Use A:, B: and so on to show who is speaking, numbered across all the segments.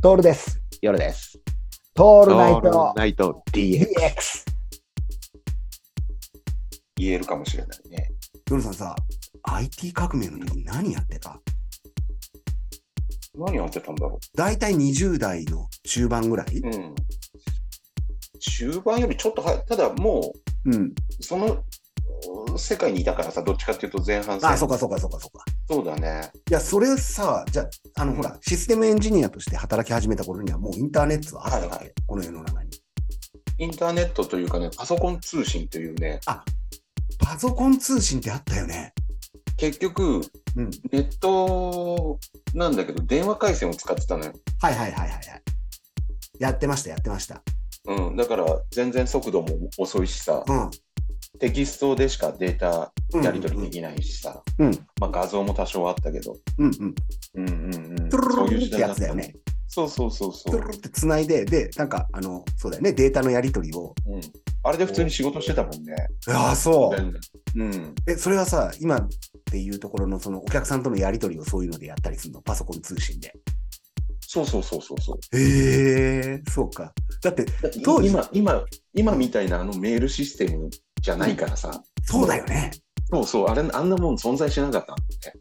A: トールです。
B: 夜です。
A: ト
B: オ
A: ールナイト
B: ナイト
A: DX。
B: DX。言えるかもしれないね。
C: 夜さんさ、IT 革命の時何やってた
B: 何やってたんだろ。
C: 大体20代の中盤ぐらいう
B: うん。中盤よりちょっとは、ただも
A: うん。
B: う、そのうん世界にいたからさ、どっちかっていうと前半戦。
C: あ、そうかそうかそうかそうか。
B: そうだね。
C: いや、それさ、じゃあ、あの、ほら、システムエンジニアとして働き始めた頃には、もうインターネットはあったわけ、
B: はいは
C: この世の中に。
B: インターネットというかね、パソコン通信というね、
C: パソコン通信ってあったよね。
B: 結局、
C: うん。
B: ネットなんだけど、電話回線を使ってたのよ。
C: はいはいはいはいはい。やってました、やってました。
B: うん。だから、全然速度も遅いしさ、
C: うん。
B: テキストでしかデータ
C: うん
B: やり取りできないしさ、
C: うん
B: まあ画像も多少あったけど、
C: うんうん。
B: うんうんうん
C: トゥル
B: そ
C: ル
B: う
C: ルル
B: いう
C: ルって
B: 時代だ
C: や
B: っ
C: つだ
B: た
C: よね。
B: そうそうそうそ
C: トゥ
B: う
C: ル、ルルって繋いで、で、なんか、あの、そうだよね、データのやり取りを。
B: うん。あれで普通に仕事してたもんね。
C: ああ、そう。
B: うん。
C: え、それはさ、今っていうところの、そのお客さんとのやり取りをそういうのでやったりするの、パソコン通信で。
B: そうそうそうそうそう。
C: へえ、そうか。だって、
B: だって
C: 当時
B: 今、今、今みたいなあのメールシステムじゃないからさ。
C: そうだよね。
B: そうそう、あれ、あんなもん存在しなかった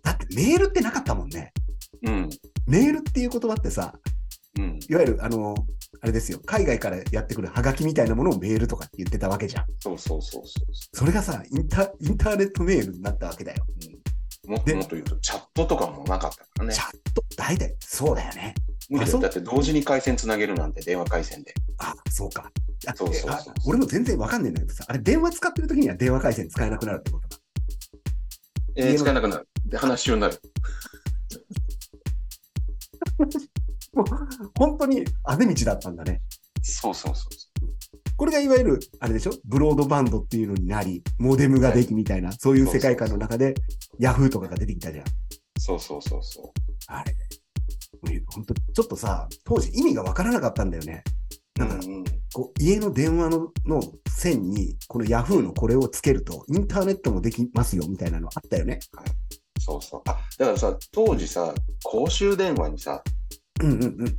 C: だってメールってなかったもんね。
B: うん。
C: メールっていう言葉ってさ、
B: うん。
C: いわゆる、あの、あれですよ、海外からやってくるハガキみたいなものをメールとかって言ってたわけじゃん。
B: そうそうそうそ
C: それがさ、インターインターネットメールになったわけだよ。
B: う。もっと
C: で
B: もっと言うと、チャットとかもなかったからね
C: チ。ャット、代々、そうだよね。
B: 無理だ
C: あ
B: よ
C: そう
B: だって同時に回線つなげるなんて、電話回線で。
C: あ、そうか。あ
B: そうそうそ
C: あ
B: う
C: 俺も全然わかんないんだけどさ、あれ電話使ってる時には電話回線使えなくなるってことか。
B: え
C: 家の
B: ー、使えなくなる。で、話しようになる。
C: もう本当にあぜ道だったんだね。
B: そうそうそうそう。
C: これがいわゆる、あれでしょブロードバンドっていうのになり、モデムができみたいな、そういう世界観の中で、ヤフーとかが出てきたじゃん。
B: そうそうそうそ
C: あれ。本当ちょっとさ、当時意味がわからなかったんだよね。
B: う。
C: なんか、
B: うんうん
C: こう、家の電話のの線に、このヤフーのこれをつけると、インターネットもできますよ、みたいなのあったよね。
B: そうそう。あ、だからさ、当時さ、公衆電話にさ、
C: うんうんうん。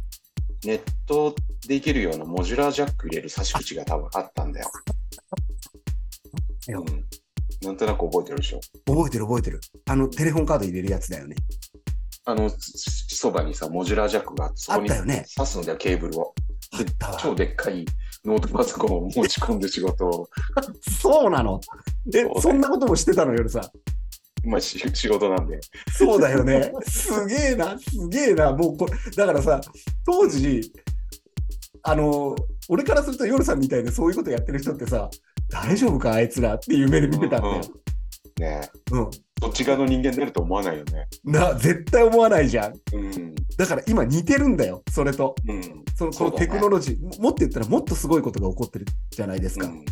B: ネットでいけるようなモジュラージャック入れる差し口が多分あったんだよ。
C: よ
B: うんなんとなく覚えてるでしょ。
C: 覚えてる覚えてる。あの、テレホンカード入れるやつだよね。
B: あの、すそばにさ、モジュラージャックがあって、そこに
C: あったよね
B: 刺すんだよ、ケーブルを。
C: あったわ。
B: 超でっかいノートパソコンを持ち込んで仕事を、
C: そうなの。え
B: そうだ、よ
C: そんなこともしてたの、夜さん。
B: まあ、し仕事なんで。
C: そうだよね。すげえな、すげえな。もうこれ、だからさ、当時、あの、俺からすると、夜さんみたいでそういうことやってる人ってさ、大丈夫か、あいつらっていう目で見てたんだよ。
B: うんねえ
C: うん。
B: どっち側の人間になると思わないよね。
C: な、絶対思わないじゃん。
B: うん。
C: だから今似てるんだよ、それと。
B: うん。
C: その、こ
B: そう
C: の
B: だね
C: テクノロジー、ももっと言ったらもっとすごいことが起こってるじゃないですか。
B: うん